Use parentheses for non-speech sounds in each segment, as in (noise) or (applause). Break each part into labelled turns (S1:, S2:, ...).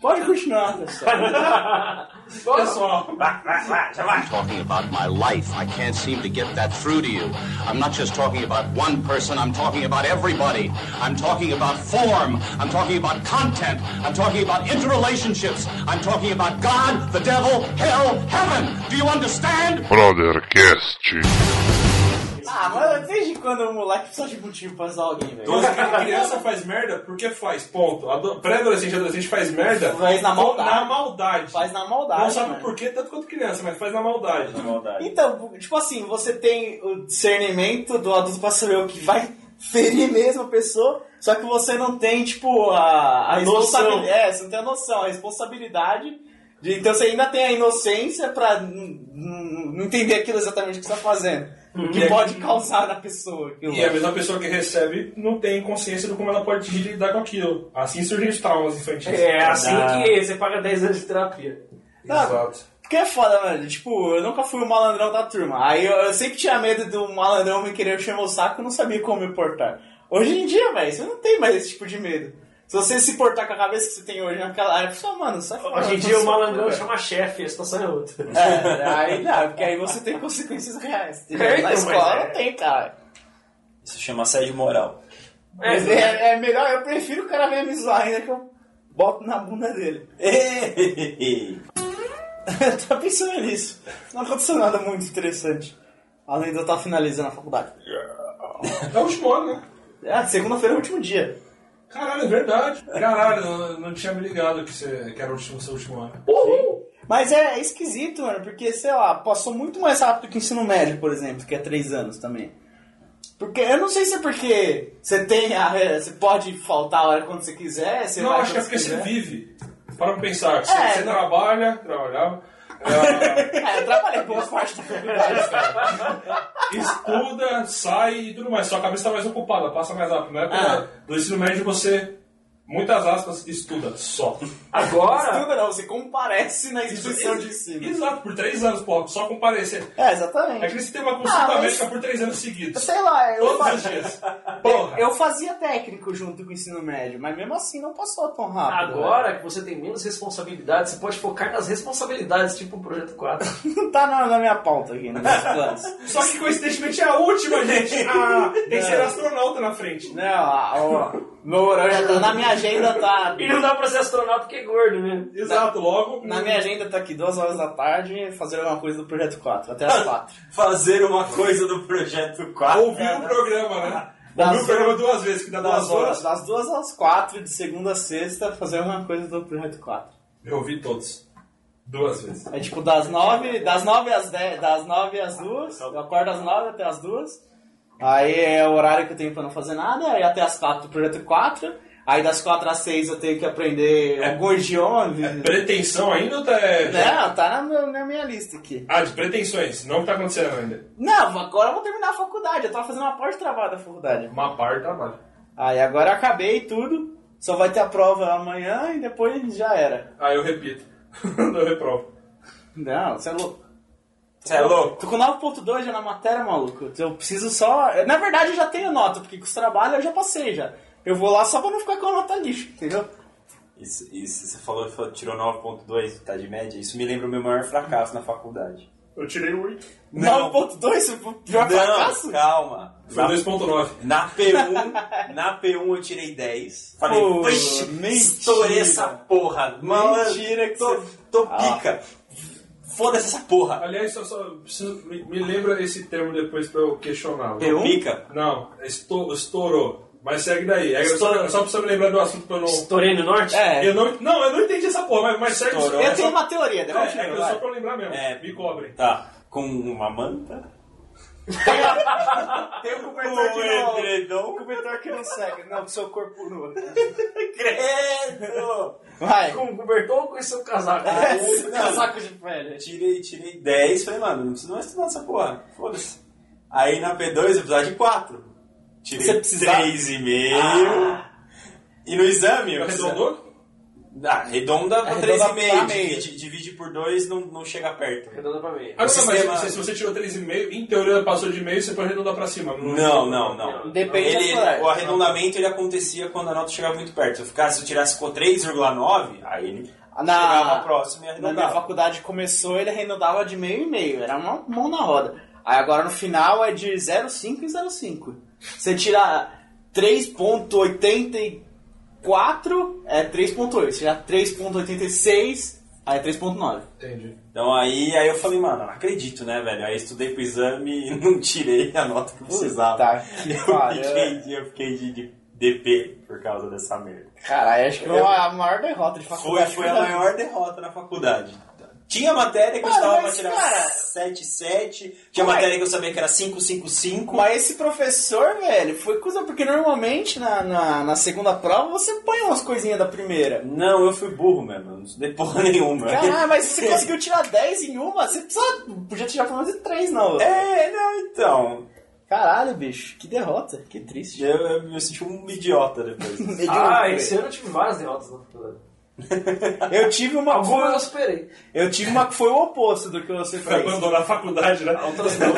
S1: Pode continuar,
S2: (laughs)
S1: pessoal. pessoal.
S3: talking about my life. I can't seem to get that through to you. I'm not just talking about one person, I'm talking about everybody. I'm talking about form. I'm talking about content. I'm talking about interrelationships. I'm talking about God, the devil, hell, heaven. Do you understand?
S4: Brothercast.
S1: Ah, mas desde quando o moleque precisa de motivo pra usar alguém,
S5: É.
S1: velho?
S2: Então, assim, criança faz merda porque faz, ponto. Ado- Pré-adolescente e adolescente faz merda
S1: Faz na
S2: com-
S1: maldade.
S2: na maldade.
S1: Faz na maldade.
S2: Não sabe
S5: né?
S1: mano.
S2: por quê, tanto quanto criança, mas faz na maldade.
S1: Então, tipo assim, você tem o discernimento do adulto pra saber o que vai (laughs) ferir mesmo a pessoa, só que você não tem, tipo, a, a
S5: noção.
S1: responsabilidade. É, você não tem a noção, a responsabilidade. de- então você ainda tem a inocência pra n- n- não entender aquilo exatamente que você tá fazendo. O que
S2: E é-
S1: pode causar na pessoa. aquilo.
S2: E é a mesma pessoa que recebe não tem consciência do como ela pode lidar com aquilo. Assim surgem os traumas infantis.
S5: É assim que você paga 10 anos de terapia.
S1: Ah,
S2: Exato.
S1: Porque é foda, mano. Tipo, eu nunca fui o malandrão da turma. Aí eu, eu sempre tinha medo do malandrão me querer chamar o saco e não sabia como me portar. Hoje em dia, velho, você não tem mais esse tipo de medo. Se você se portar com a cabeça que você tem hoje naquela área, só, mano, sai fora.
S5: Hoje em dia o malandrão
S1: É,
S5: chama chefe, a situação é outra.
S1: É, aí dá, porque aí você tem consequências reais. entendeu?
S5: É, então,
S1: Na escola
S5: mas é.
S1: não tem, cara.
S6: Isso chama assédio moral.
S1: Mas é, é melhor, eu prefiro o cara ver me zoar ainda que eu boto na bunda
S6: (laughs)
S1: dele. Eu
S6: Tá
S1: tava pensando nisso. Não aconteceu nada muito interessante. Além de eu estar finalizando a faculdade.
S2: É o último ano, né?
S1: É, segunda-feira é o último dia.
S2: Caralho, é verdade. Caralho, eu não tinha me ligado que, você, que era o último, seu último ano.
S1: Mas é, é esquisito, mano, porque, sei lá, passou muito mais rápido que o ensino médio, por exemplo, que é três anos também. Porque eu não sei se é porque você tem a. é, Você pode faltar a hora quando você quiser, você
S2: não,
S1: vai
S2: acho que é
S1: quando
S2: porque
S1: você
S2: você
S1: quiser.
S2: vive. Para pra pensar, você,
S1: É,
S2: você
S1: não.
S2: trabalha, trabalhava,
S1: (laughs)
S2: é,
S1: É, eu trabalhei boa parte da faculdade.
S2: estuda, sai e tudo mais. Sua cabeça tá mais ocupada, passa mais rápido. Na
S1: Ah.
S2: época do ensino médio você, muitas aspas, estuda só.
S5: Agora,
S1: Estuda não, você comparece na instituição de ensino.
S2: Exato, por três anos, pô, só comparecer.
S1: É,
S2: É
S1: exatamente.
S2: que você tem uma consulta
S1: Ah, mas-
S2: médica por três anos seguidos.
S1: Sei lá, eu
S2: Todos
S1: fa-
S2: os dias. Porra.
S1: (laughs) Eu fazia técnico junto com o ensino médio, mas mesmo assim não passou tão rápido. né?
S5: agora que você tem menos responsabilidades, você pode focar nas responsabilidades, tipo o Projeto 4.
S1: velho. Não tá na, na minha pauta aqui, nos meus planos.
S2: Só que coincidentemente é a
S1: (laughs)
S2: última, gente. Ah, tem que
S1: é.
S2: ser astronauta na frente. né?
S1: Não, a, o, meu horário já tá. Na minha agenda tá.
S5: E não dá pra ser astronauta porque é gordo, né?
S2: Exato, logo.
S1: Na minha agenda tá aqui duas horas da tarde fazer alguma coisa do projeto 4, até as 4.
S6: Fazer uma coisa do projeto 4.
S2: Ouviu o programa, né?
S1: É. Das
S2: Ouviu o programa duas vezes, que dá
S1: (laughs)
S2: duas
S1: Das duas,
S2: horas.
S1: das duas às quatro, de segunda a sexta, fazer alguma coisa do projeto 4.
S2: Eu ouvi todos. Duas vezes.
S1: É tipo das nove, das nove às dez, das nove às duas, eu acordo às nove até às duas. Aí é o horário que eu tenho pra não fazer nada, aí até às quatro do projeto 4. Aí das quatro às seis eu tenho que aprender algum idioma.
S2: Pretensão ainda ou tá. é-
S1: Não, tá na, meu- na minha lista aqui.
S2: Ah, de pretensões, não o que tá acontecendo ainda.
S1: Não, agora eu vou terminar a faculdade, eu tava fazendo uma parte de trabalho da faculdade.
S2: Uma parte trabalho.
S1: Aí agora eu acabei tudo, só vai ter a prova amanhã e depois já era.
S2: Ah, eu repito. (laughs) eu reprovo.
S1: Não, você é louco.
S6: Você é louco?
S1: Tô com 9.2 já na matéria, maluco. Eu preciso só. Na verdade, eu já tenho nota, porque com os trabalhos eu já passei já. Eu vou lá só pra não ficar com a nota lixo, entendeu?
S6: Isso, isso, você falou que tirou 9.2, tá de média. Isso me lembra o meu maior fracasso na faculdade.
S2: Eu tirei oito.
S6: Não.
S1: 9.2? Isso foi o pior fracasso?
S6: calma.
S2: Foi 2.9.
S6: Na
S1: (laughs)
S6: P1, na P1 eu tirei 10. Falei,
S1: Pô,
S6: "Vixe,
S1: mentira.
S6: estourei essa porra. Mano,
S1: Mentira que
S6: tô,
S1: você-
S6: tô
S1: Ah.
S6: pica. Foda-se essa porra.
S2: Aliás, só, só preciso- me, me lembra esse termo depois pra eu questionar.
S1: um?
S6: Tô pica?
S2: Não, estou, estourou. Mas segue daí. É só, só pra você me lembrar do assunto pra eu não.
S5: Estourei no norte?
S1: É.
S2: Eu não, não, eu não entendi essa porra, mas, mas segue
S6: Estourou.
S2: É
S1: Eu
S2: só-
S1: tenho uma teoria, né?
S2: É, é
S1: Continua,
S2: que eu só
S1: vai.
S2: pra eu lembrar mesmo.
S6: É.
S2: Me cobrem.
S6: Tá. Com uma manta?
S1: Tem um cobertor
S6: Com
S1: que não. Um
S6: edredom?
S1: cobertor que não segue. Não, com seu corpo nu.
S6: (laughs) Credo!
S1: Vai.
S5: Com o cobertor ou com esse seu casaco?
S1: Esse casaco de pele.
S6: Eu tirei, tirei 10, falei, mano, não preciso mais estudar essa porra. Foda-se. Aí na P2 eu precisava de 4. Tirei
S1: Você precisava? Ah.
S6: 3,5. E no exame eu precisava-
S2: Arredondou?
S6: Ah, redonda pra
S1: Arredonda pra
S6: 3,5.
S1: meia.
S6: Divide, divide por 2, não, não chega perto.
S5: Redonda pra meia.
S2: Ah, não,
S6: sistema-
S2: mas se, se você tirou 3,5, em teoria passou de meio, você pode arredondar pra cima. é
S6: Não, não, não.
S1: Depende
S6: Ele-
S1: das paradas.
S6: o arredondamento ele acontecia quando a nota chegava muito perto. Se eu, ficasse, se eu tirasse com 3,9, aí ele chegava
S1: Na,
S6: próximo e
S1: na minha
S6: arredondava.
S1: faculdade começou, ele arredondava de meio e meio. Era uma mão na roda. Aí agora no final é de 0,5 e 0,5. Você tira 3,84 é 3,8. Se tirar 3,86 aí é 3,9.
S2: Entendi.
S6: Então aí, aí eu falei, mano, não acredito, né, velho? Aí estudei pro exame e (laughs) não tirei a nota que eu precisava.
S1: Puta que
S6: eu,
S1: pariu. é.
S6: fiquei, de- eu fiquei de, de DP por causa dessa merda.
S1: Caralho, acho que foi
S6: Eu-
S1: a maior derrota de
S6: Foi,
S1: faculdade.
S6: foi
S1: que
S6: a
S1: eu já vi.
S6: maior derrota na faculdade. Tinha matéria que eu
S1: Mano,
S6: estava pra
S1: mas,
S6: tirar
S1: cara- é?
S6: 7,7. Tinha
S1: Ué.
S6: matéria que eu sabia que era 5,55.
S1: Mas esse professor, velho, foi coisa. Porque normalmente na, na, na segunda prova você põe umas coisinhas da primeira.
S6: Não, eu fui burro mesmo. eu Não estudei porra (laughs) nenhuma.
S1: Caralho, mas se você conseguiu tirar 10 em uma, você precisa, podia tirar pelo menos 3, não. velho.
S6: (laughs) É, não, então.
S1: Caralho, bicho, que derrota, que triste.
S6: Eu, eu me senti um idiota depois.
S1: (laughs)
S5: Ah, esse ano eu tive várias derrotas na faculdade.
S1: Eu tive uma
S5: Algumas eu
S1: boa.
S5: superei.
S1: Eu tive uma que foi o oposto do que você
S2: Pra
S1: fez.
S2: abandonar a faculdade, né?
S5: Outras não.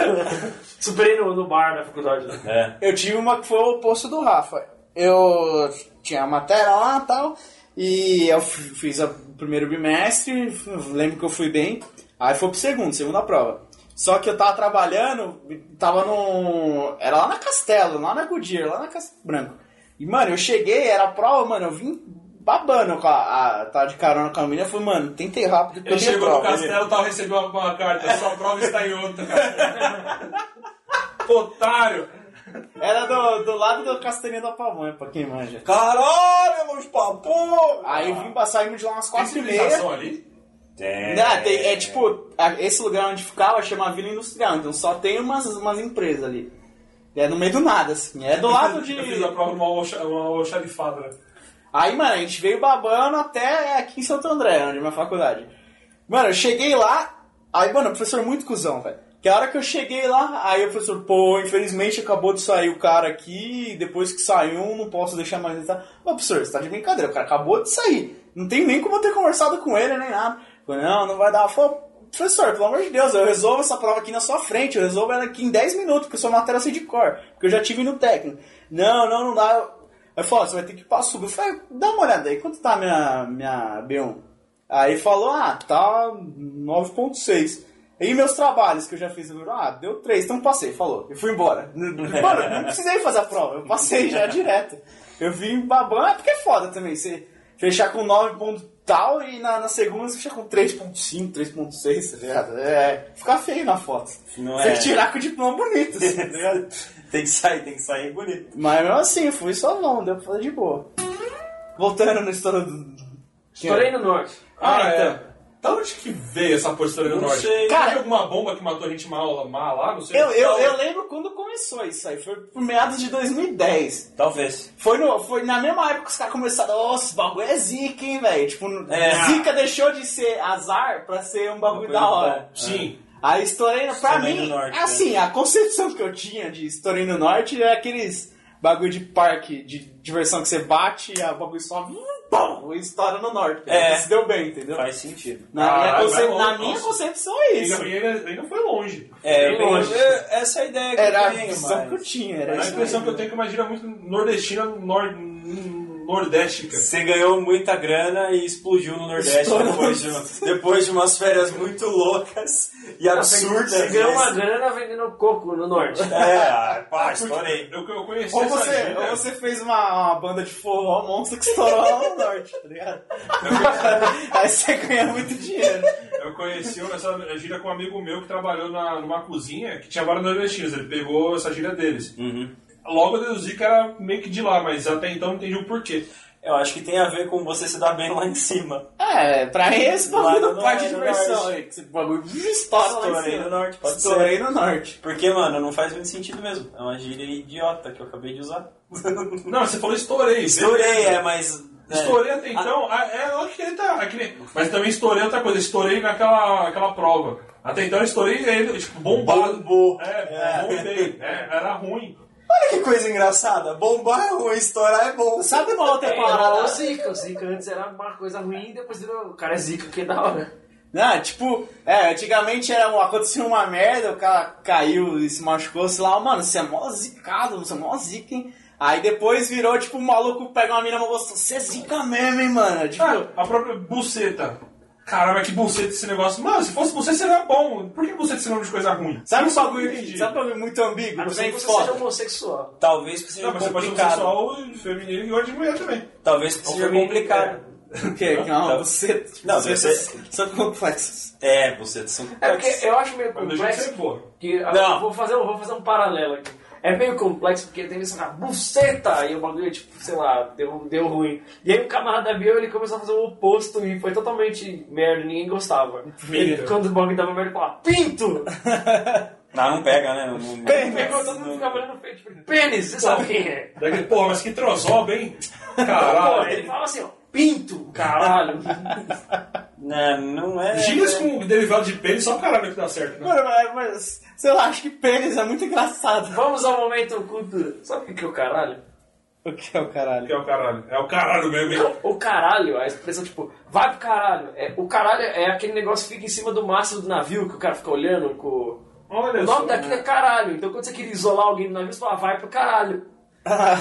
S5: (laughs) Superei no, no bar na faculdade. né?
S6: É.
S1: Eu tive uma que foi o oposto do Rafa. Eu tinha a matéria lá e tal, e eu f- fiz a- o primeiro bimestre, f- lembro que eu fui bem, aí foi pro segundo, segunda prova. Só que eu tava trabalhando, tava no. Era lá na Castelo, lá na Goodyear, lá na Castelo Branco. E, mano, eu cheguei, era a prova, mano, eu vim babando com a. a tava de carona com a menina, eu falei, mano, tentei rápido, porque
S2: Ele
S1: eu tenho
S2: chegou no
S1: prova.
S2: castelo, tal, recebeu uma, uma carta, sua prova está em outra. (laughs) Otário!
S1: Era do, do lado do Castelinho da Pamonha, pra quem manja.
S6: Caralho, meus papos!
S1: Aí eu vim passar e de lá umas
S2: Tem
S1: quatro e meia.
S2: civilização ali?
S6: Tem.
S1: Não, tem- é tipo, a- esse lugar onde ficava chama Vila Industrial, então só tem umas, umas empresas ali. É no meio do nada, assim. É do lado de.
S2: (laughs) Eu fiz a prova numa alxa- uma alxarifada, né?
S1: Aí, mano, a gente veio babando até aqui em Santo André, onde é minha faculdade. Mano, eu cheguei lá, aí, mano, o professor é muito cuzão, velho. Que a hora que eu cheguei lá, aí o professor, pô, infelizmente acabou de sair o cara aqui, depois que saiu, não posso deixar mais entrar. Ô, professor, você tá de brincadeira, o cara acabou de sair. Não tem nem como eu ter conversado com ele, nem nada. Falei, não, não vai dar. Falei, professor, pelo amor de Deus, eu resolvo essa prova aqui na sua frente, eu resolvo ela aqui em 10 minutos, porque sua matéria eu sei de cor, porque eu já tive no técnico. Não, não, não dá. Aí falou, ó, você vai ter que ir pra sub. Eu falei, dá uma olhada aí, quanto tá minha, minha B1? Aí falou, ah, tá 9.6. E meus trabalhos que eu já fiz, eu falei, ah, deu 3, então passei, falou. E fui embora. (laughs) Mano, não precisei fazer a prova, eu passei já direto. Eu vim babando, é porque é foda também, você fechar com 9 ponto tal e na, na segunda você fechar com 3.5, 3.6, tá ligado? É, ficar feio na foto.
S6: Não
S1: Tem
S6: é.
S1: que tirar com o diploma
S6: (laughs)
S1: bonito, assim, tá ligado?
S6: tem que sair, tem que sair bonito.
S1: Mas mesmo assim, fui só não, deu pra fazer de boa. Voltando na história do.
S5: Estourei no norte.
S1: Ah,
S2: Ah,
S1: então.
S2: é. Da onde que veio essa postura do
S6: Não
S2: norte? Cara,
S6: sei.
S1: Cara-
S2: Teve alguma bomba que matou a gente mal, mal lá? Não sei.
S1: Eu, eu,
S2: Não,
S1: eu lembro quando começou isso aí, foi por meados de 2010.
S6: Talvez.
S1: Foi, no, foi na mesma época que os caras começaram, nossa, esse bagulho é zica, hein, velho? Tipo,
S6: É.
S1: zica deixou de ser azar pra ser um bagulho
S6: Uma coisa
S1: da hora.
S6: boa.
S2: Sim.
S1: Aí estourei no, pra
S6: Estourei
S1: mim,
S6: no Norte,
S1: assim, a concepção que eu tinha de estourei no norte é aqueles bagulho de parque, de diversão que você bate e a bagulho só vum, pum, e estoura no norte.
S6: É.
S1: Se deu bem, entendeu?
S6: Faz sentido.
S1: Na, minha,
S2: Caralho, vai
S1: concep- na
S2: longe,
S1: minha
S2: nossa.
S1: concepção é
S2: E
S1: isso.
S2: ainda- e ainda, ainda foi longe.
S6: É,
S5: Bem
S6: bem-
S5: longe.
S6: é, essa é a ideia que
S1: Era a
S6: eu tenho,
S1: visão que eu
S6: mas...
S1: tinha, era
S2: A
S1: isso
S2: impressão
S1: aí.
S2: que eu tenho é que imagina muito nordestina, nor, nordéstica.
S6: Você ganhou muita grana e explodiu no Nordeste
S1: Estourou.
S6: depois de, uma- depois de umas férias muito loucas e
S1: Tá
S6: absurdas.
S5: Você ganhou
S6: né? mas-
S1: (laughs)
S5: uma grana vendendo coco no norte.
S6: É, pá, estourei.
S2: Eu, eu conheci
S1: Ou
S2: é essa
S1: você,
S2: gíria.
S1: ou você fez uma, uma banda de forró um monstro que estourou lá no norte, tá ligado? Aí você ganha muito dinheiro.
S2: Eu conheci essa gíria com um amigo meu que trabalhou na, numa cozinha que tinha vários nordestinos. Ele pegou essa gíria deles.
S6: Uhum.
S2: Logo eu deduzi que era meio que de lá, mas até então não entendi o porquê.
S6: Eu acho que tem a ver com você se dar bem lá em cima.
S1: É, pra mim esse bagulho
S6: Lá no
S1: do parque de
S6: norte, no
S1: diversão
S6: norte.
S1: aí. que Esse bagulho estoura lá em
S6: Estourei
S1: cima.
S6: no norte, pode ser.
S1: Estourei no norte.
S6: Porque, mano, não faz muito sentido mesmo. É uma gíria idiota que eu acabei
S1: (laughs)
S6: de usar.
S2: Não, você falou estourei.
S6: Estourei,
S2: beleza.
S6: é, mas... é.
S2: Estourei até então, ah, é lógico que ele tá. é que nem- mas também estourei outra coisa, estourei naquela aquela prova. Até então eu estourei ele, tipo, bombado.
S6: Bombou. (laughs)
S2: É, bombei. É, era ruim.
S1: Olha
S6: É. que coisa engraçada. Bombar é ruim, estourar é bom.
S1: Sabe uma
S5: (laughs)
S1: outra
S5: Era o
S1: parada?
S5: Zika. O Zika antes era uma coisa ruim, depois virou. O cara é Zika, que da hora.
S1: Não, tipo, é, antigamente era, um- acontecia uma merda, o cara caiu e se machucou, sei lá, mano, você é mó zicado, você é mó zica, hein? Aí depois virou, tipo, um maluco pega uma mina e gostosa, você é zica mesmo, hein, mano? Tipo,
S2: Ah, a própria buceta. Caramba, que buceta esse negócio. Mano, se fosse buceta seria bom. Por que buceta seria um nome de coisa ruim?
S1: sabe um
S2: Isso eu não
S1: bagulho
S2: entendi.
S1: sabe um bagulho muito
S6: Ah,
S1: ambíguo?
S5: A não ser
S1: bem
S5: que você seja
S1: foda.
S6: um
S5: homossexual.
S6: Talvez que seja
S2: Não, mas você pode ser
S6: complicado.
S2: homossexual e feminino e gosta de mulher também.
S6: Talvez que seja
S5: feminino,
S6: complicado.
S1: (laughs) O quê? Não,
S6: Tá.
S1: você... Tipo,
S6: Não,
S1: você...
S6: você- (laughs)
S1: São complexos.
S6: É, você são
S5: É porque eu acho meio
S2: Mas não deixa de ser
S5: complexo.
S2: boa.
S5: Que,
S6: Não.
S5: eu Vou fazer, um- vou fazer um paralelo aqui. É meio complexo porque tem isso na buceta e o bagulho, tipo, sei lá, deu, deu ruim. E aí o camarada meu, ele começou a fazer o oposto e foi totalmente merda, ninguém gostava. E quando o bagulho dava merda, ele falava, pinto!
S6: Não, não pega, né? Não- não-
S5: Aí pegou, todo mundo ficava olhando feio, tipo, pênis, você sabe quem é?
S2: Daquele, porra, mas que trozoba, hein?
S5: Pô, ele
S2: Caralho.
S5: falava assim, ó, pinto, caralho. (laughs)
S6: Não, não é.
S2: Gírias com derivado de pênis, só o caralho que dá certo, né?
S1: Mano, mas, mas, sei lá, acho que pênis é muito engraçado.
S5: Vamos ao momento cultura. Sabe o que que é o caralho?
S1: O que é o
S2: Que
S1: caralho?
S2: é o caralho. É o caralho mesmo, hein?
S5: Não, o caralho, a expressão tipo, vai pro caralho. É, o caralho é aquele negócio que fica em cima do mastro do navio, que o cara fica olhando com.
S2: Olha
S5: O
S2: só.
S5: nome daquilo é caralho. Então quando você queria isolar alguém do navio, você fala, vai pro caralho.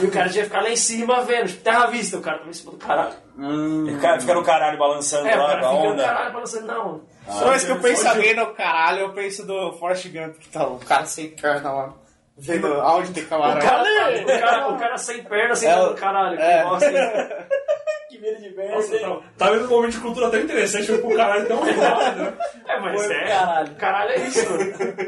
S5: E o cara tinha que ficar lá em cima vendo, tipo, terra à vista, o cara tava em cima do caralho.
S1: Ah.
S6: O É, cara fica no caralho balançando
S5: É, o
S6: lá
S5: cara
S6: com a
S5: fica no
S6: onda.
S5: caralho falando assim, não.
S1: Toda vez que eu penso
S2: Hoje-
S1: alguém no caralho, eu penso do Forrest Gump, que tá o cara sem perna lá, vendo áudio de
S5: O
S1: camarão.
S5: cara, é- o cara, o cara sem perna, sem
S1: É,
S5: é, caralho, que
S1: é.
S5: bosta, hein?
S6: Que
S1: (laughs)
S6: medo de
S2: Nossa, tá, tá vendo um momento de cultura tão interessante, foi pro caralho tão errado, né?
S5: É, mas
S2: Foi
S5: é.
S6: pro caralho.
S5: Caralho é isso.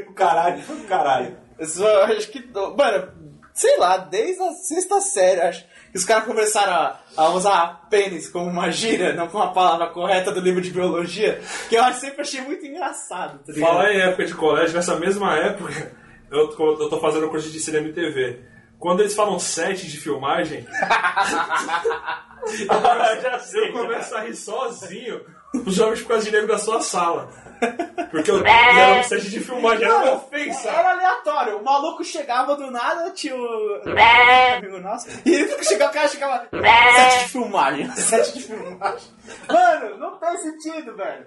S6: O caralho, foi pro caralho.
S1: tá- Eu só acho que. Mano, sei lá, desde a sexta série, acho que os caras começaram a, a usar pênis como uma gíria, não como a palavra correta do livro de biologia, que eu sempre achei muito engraçado, tá ligado?
S2: Falar em época de colégio, nessa mesma época, eu, tô- eu tô fazendo curso de cinema e TV. Quando eles falam set de filmagem,
S5: Ah, já sei.
S2: eu começo a rir sozinho os jovens por causa de negro da sua sala. Porque eu era um set de filmagem, era uma ofensa.
S1: é, Era aleatório, o maluco chegava do nada, tio. amigo nosso, e ele (laughs) chegava, o cara chegava. Sete de filmagem, (laughs) sete de filmagem. Mano, não tem sentido, velho.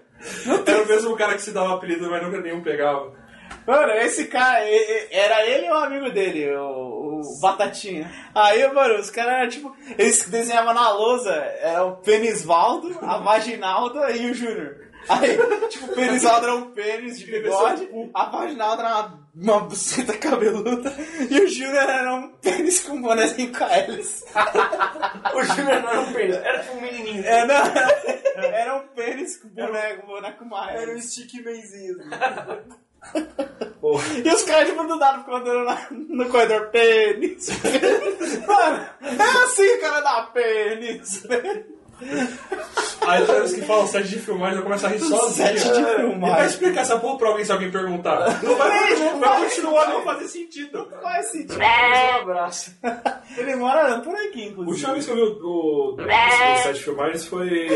S2: Era o mesmo cara que se dava apelido, mas nunca nenhum pegava.
S1: Mano, esse cara, e- e- era ele e um amigo dele, o, o Batatinha. Aí, mano, os caras eram tipo. Eles desenhavam na lousa, era o Penisvaldo, a Vaginalda e o Júnior. Aí, tipo, o Penisvaldo era um pênis de bigode, a Vaginalda era uma, uma buceta cabeluda e o Júnior era um pênis com bonezinho com hélice.
S5: O Júnior não era um pênis, era tipo um menininho.
S1: É, não, era um pênis com boneco, boneco com hélice.
S6: stickmanzinho.
S1: E os caras tipo, do nada ficam andando na- no corredor pênis. Mano, é assim, cara da pênis.
S2: Aí tem os que falam set de filmagem, eu começo a rir sozinho.
S1: Set de
S2: E vai
S1: filmagem.
S2: explicar essa porra pra alguém se alguém perguntar. Não vai, não vai continuar, não vai fazer sentido.
S1: Faz sentido.
S5: Um abraço.
S1: Ele mora por aqui,
S2: O
S1: inclusive.
S2: última vez que eu vi o, o, o set de filmagens (laughs) foi.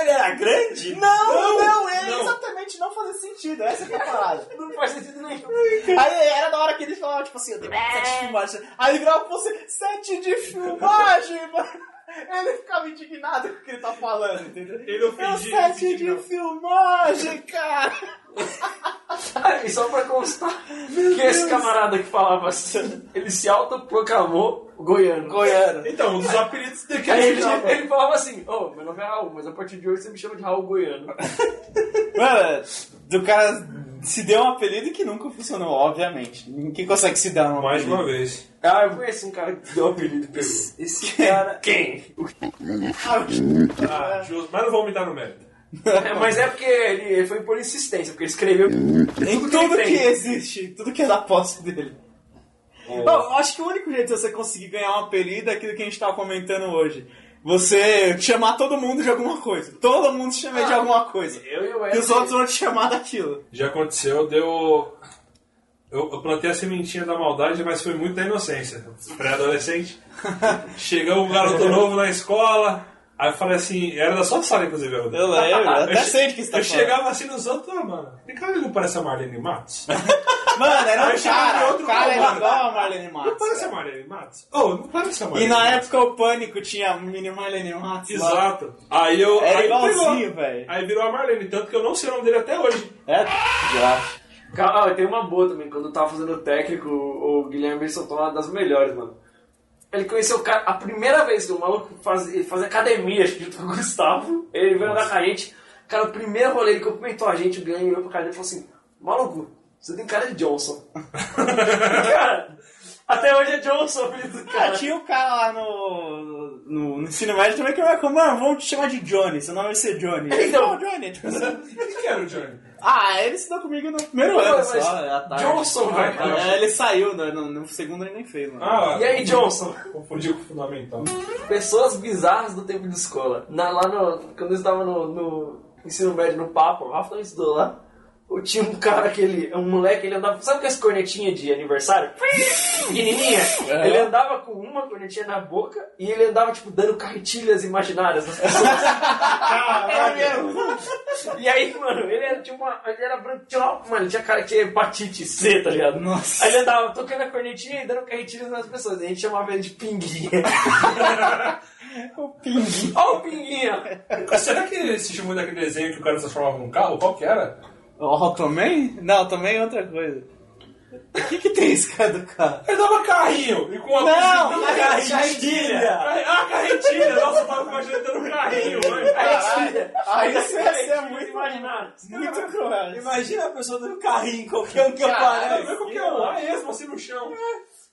S6: Ele era grande?
S1: Não, não, é
S2: não.
S1: exatamente não fazer sentido. Essa que é a parada.
S5: Não faz sentido nenhum.
S1: Aí era da hora que ele falava, tipo assim, eu tenho sete de filmagem. Aí ele grava pra você, assim, sete de filmagem, (laughs) mano. Ele ficava indignado com o que ele tá falando, entendeu?
S2: Ele
S1: É o
S2: ofendia.
S1: sete de filmagem, cara.
S5: Ah, E só pra constar que esse camarada que falava assim, ele se autoproclamou goiano.
S1: (laughs) Goiano.
S2: Então, um dos apelidos daqui
S5: Aí ele,
S2: é
S5: ele falava assim, ô, meu nome é Raul, mas a partir de hoje você me chama de Raul Goiano.
S1: Mano, do cara se deu um apelido que nunca funcionou, obviamente. Ninguém consegue se dar um
S2: Mais
S1: apelido.
S2: uma vez.
S5: Ah, eu conheço um cara que deu o apelido e pegou.
S6: Esse cara.
S5: Quem?
S2: Ah, justo. Mas não vou aumentar no mérito.
S5: É, mas é porque ele, ele foi por insistência, porque ele escreveu
S1: Em
S5: tudo que
S1: tudo
S5: ele
S1: que
S5: tem.
S1: existe, em tudo que é da posse dele. Bom, eu acho que o único jeito de você conseguir ganhar um apelido é aquilo que a gente tava comentando hoje. Você chamar todo mundo de alguma coisa. Todo mundo se chama de alguma coisa.
S5: Eu e o
S1: E os
S5: Wesley.
S1: outros vão te chamar daquilo.
S2: Já aconteceu, deu. Eu, eu plantei a sementinha da maldade, mas foi muito da inocência. Pré-adolescente. Chegou um (laughs) garoto novo na escola. Aí eu falei assim, era da sua sala, inclusive. Eu,
S1: lembro,
S2: tá
S1: tá
S2: eu che- Eu chegava assim nos outros, ah, mano, vem cá, ligo para essa Marlene Matos.
S1: Mano, era
S2: Aí
S1: um
S2: chega
S1: cara.
S2: outro
S1: o cara era
S2: cara.
S1: igual a Marlene
S2: Não
S1: Matos.
S2: parece a
S1: cara.
S2: Marlene Matos? Oh, não parece a
S1: E
S2: Marlene
S1: na
S2: Matos.
S1: época o Pânico tinha a mini Marlene Matos. lá.
S2: Exato. Aí eu.
S1: Era
S2: aí
S1: igualzinho,
S2: pegou.
S1: velho.
S2: Aí virou a Marlene, tanto que eu não sei o nome dele até hoje.
S1: É, já.
S5: Calma, ah, tem uma boa também. Quando eu tava fazendo o técnico, o o Guilherme soltou uma das melhores, mano. Ele conheceu o cara, a primeira vez que o maluco fazia, fazia academia acho que junto com o Gustavo. Ele veio andar com a gente. Cara, o primeiro rolê ele cumprimentou a gente, o Guilherme olhou pra cara dele e falou assim: Maluco, você tem cara de Johnson. cara, até hoje é Johnson, filho do
S1: Ah,
S5: cara.
S1: tinha o cara lá no, no, no ensino médio também que eu falou, mano, vamos te chamar de Johnny, seu nome vai ser Johnny. Ele
S5: Então.
S1: "Não, Johnny. tipo assim.
S2: Ele que era o Johnny.
S1: ah, ele estudou comigo no primeiro
S5: Mas
S1: ano só, à tarde.
S5: Johnson,
S1: Ah,
S5: velho.
S1: é, ele saiu, no, no- no segundo ele nem fez, mano.
S2: Ah,
S5: E aí, Johnson?
S2: Confundiu com o fundamental.
S5: Pessoas bizarras do tempo de escola. Na- lá no, quando eu estava no, no ensino médio, no Papo, o Rafa também estudou lá. Eu tinha um cara que ele, um moleque, ele andava. Sabe com as cornetinhas de aniversário? Pequenininha? Ele andava com uma cornetinha na boca e ele andava, tipo, dando carretilhas imaginárias nas pessoas. Era
S1: é.
S5: mesmo. E aí, mano, ele era, tinha uma. Ele era branco, tinha uma- mano, ele tinha cara que tinha hepatite C, tá ligado?
S1: Nossa.
S5: Aí ele andava tocando a cornetinha e dando carretilhas nas pessoas. E a gente chamava ele de pinguinha.
S1: O pinguim.
S5: Ó o pinguinha!
S2: Será que ele se chamou daquele desenho que o cara se transformava num carro? Qual que era?
S1: Oh, também? Não, também é outra coisa. O que que tem esse cara do carro?
S2: Ele dava carrinho e com a
S1: Não,
S2: piscininha.
S1: a carretilha.
S2: Ah, carretilha! Nossa, eu tava imaginando ter um carrinho, mano.
S5: Carretilha!
S1: Ah, isso
S5: é
S1: ia ser muito
S5: imaginário.
S1: Muito cruel.
S6: Imagina a pessoa dando carrinho, qualquer um que aparece.
S2: Caralho, vê como que é um. Ah, esse, você no chão.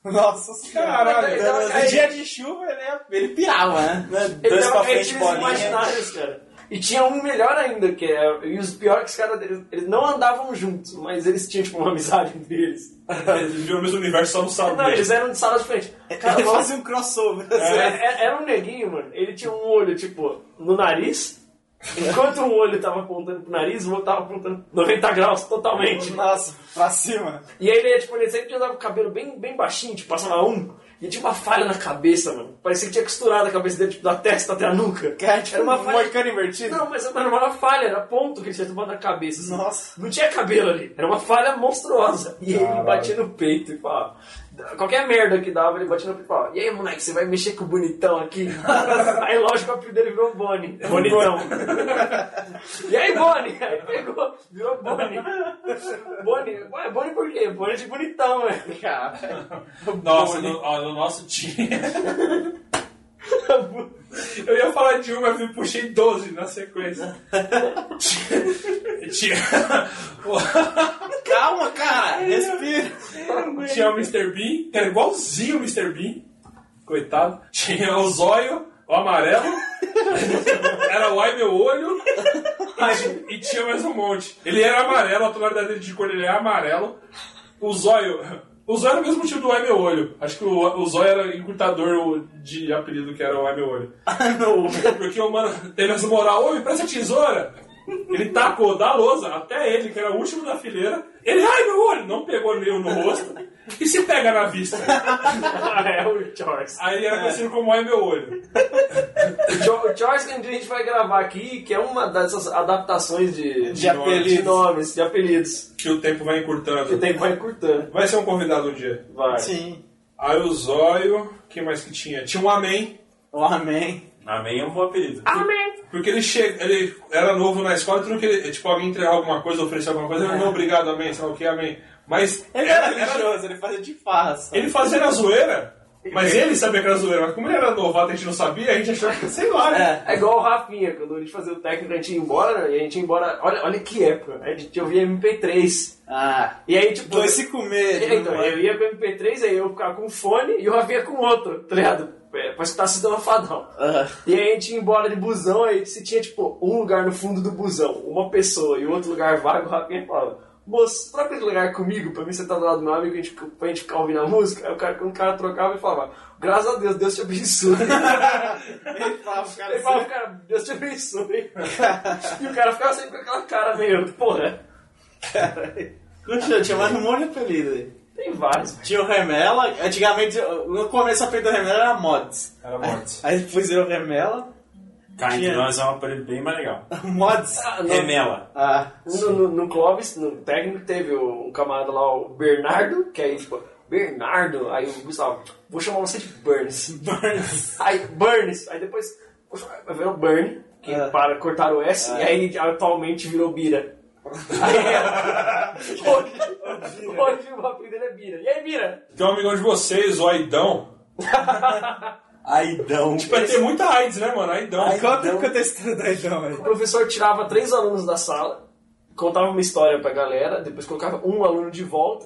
S1: Nossa senhora.
S2: Caralho,
S5: dava
S1: No dia de chuva ele, é- ia- ele pirava, né?
S6: Né?
S5: Ele
S6: Dois
S5: dava
S6: pra frente,
S5: carretilhas
S6: bolinha.
S5: imaginárias, cara. E tinha um melhor ainda, que é. E os piores que os caras deles. Eles não andavam juntos, mas eles tinham, tipo, uma amizade entre eles.
S2: Eles viviam o mesmo universo, só não
S5: Não,
S2: sabia.
S5: eles eram de sala diferente. É Cara,
S1: Ele
S5: nossa,
S1: fazia um crossover. assim.
S5: É, é- era um neguinho, mano. Ele tinha um olho, tipo, no nariz. Enquanto um olho tava apontando pro nariz, o outro tava apontando 90 graus totalmente.
S1: Nossa, pra cima.
S5: E aí ele, ia, tipo, ele sempre andava com o cabelo bem, bem baixinho, tipo, passava um. E tinha uma falha na cabeça, mano. Parecia que tinha costurado a cabeça dele, tipo, da testa até a nuca.
S1: Cara, tipo,
S5: Era
S1: uma moicano invertido.
S5: Não, mas mano, era uma falha, era ponto que ele tinha tomado na cabeça. assim.
S1: Nossa.
S5: Não tinha cabelo ali, era uma falha monstruosa. E ele batia no peito e falava. Qualquer merda que dava, ele batia no peito e falava: E aí, moleque, você vai mexer com o bonitão aqui? aí, lógico, o apelido dele virou Bonnie. Bonitão. e aí, Bonnie? Aí pegou, virou Bonnie. Bonnie, ué, Bonnie por quê? Bonnie de bonitão, né? velho.
S2: Nossa, no, ó, no nosso time. (laughs) Eu ia falar de um, mas eu puxei 12 na sequência. Tinha- Tinha,
S1: Calma, cara. Respira.
S2: tinha o Mr. Bean, que era igualzinho o Mr. Bean. Coitado. Tinha o zóio, o amarelo. (laughs) Era o ai meu olho. E, e tinha mais um monte. Ele era amarelo, a tonalidade dele de cor ele é amarelo. O zóio. O zóio era o mesmo motivo do ai meu olho. Acho que o, o zóio era encurtador de apelido que era o ai meu olho. Porque o mano teve essa moral, ô, me presta a tesoura! Ele tacou da lousa até ele, que era o último da fileira. Ele, ai meu olho! Não pegou nenhum no rosto. E se pega na vista?
S5: (laughs) é o Charles.
S2: Aí ele era conhecido como ai meu olho.
S5: Jo- O Charles que um dia a gente vai gravar aqui, que é uma dessas adaptações de,
S1: De apelidos.
S5: de nomes, de apelidos.
S2: Que o tempo vai
S5: Que
S2: encurtando.
S5: tem que vai curtando.
S2: Vai ser um convidado um dia.
S5: Vai.
S1: Sim.
S2: Aí o zóio, que mais que tinha? Tinha um amém.
S1: O amém.
S6: Amém é um bom apelido.
S2: Porque ele chega, ele era novo na escola, tudo que ele, tipo, alguém entregar alguma coisa, oferecer alguma coisa, ele, não, obrigado, amém, sei lá o que, amém. Mas
S1: Ele era religioso, ele fazia de farsa. É.
S2: Ele fazia na zoeira, mas ele sabia que era zoeira. Mas como ele era novato, a gente não sabia, a gente achou que, sei lá, né?
S5: É igual o Rafinha, quando a gente fazia o técnico, a gente ia embora, né? e a gente ia embora. Olha, olha que época, né? a gente ouvia MP3.
S1: Ah.
S5: E aí, tipo.
S1: Dois se comer.
S5: É, então, eu ia pro MP3, aí eu ficava com um fone e o Rafinha com outro, tá ligado? É, pra escutar Sistema Fadal.
S1: Ah.
S5: E aí a gente ia embora de busão, aí se tinha tipo um lugar no fundo do busão, uma pessoa e outro lugar vago, o Rafinha falava, moço, troca de lugar comigo pra mim sentar do lado do meu amigo a gente, pra gente ficar ouvindo a música. Aí o cara, quando o cara trocava, ele falava, graças a Deus, Deus te abençoe.
S1: Ele falava, cara,
S5: ele falava, cara, Deus te abençoe. e o cara ficava sempre com aquela cara meio, porra,
S1: Caralho. Continua, tinha mais um monte de apelido aí.
S5: tem vários.
S1: Tinha o Remela, antigamente, no começo o apelido do Remela era Mods.
S2: Era morte.
S1: Aí depois virou Remela.
S6: Cá entre
S1: Tinha.
S6: nós é um aparelho bem mais legal.
S1: Mods.
S5: Ah,
S6: É
S5: não.
S1: (laughs)
S6: Remela.
S1: Ah,
S5: No, no, no Clóvis, no técnico, teve o- um camarada lá, o Bernardo, que aí, tipo, Bernardo, aí o Gustavo, vou chamar você de Burns.
S1: Burns.
S5: Aí, Burns, aí depois vou chamar- aí virou Burn, que
S1: Ah.
S5: para cortar o S, e aí atualmente virou Bira. Aí, (laughs) hoje, hoje o apelido dele é Bira. E aí, Bira?
S2: Tem um amigão de vocês, o Aidão.
S6: Aidão.
S2: Vai ter muita AIDS, né, mano? Aidão.
S1: Conta o que eu estou doidão aí.
S5: O professor tirava três alunos da sala, contava uma história pra galera, depois colocava um aluno de volta,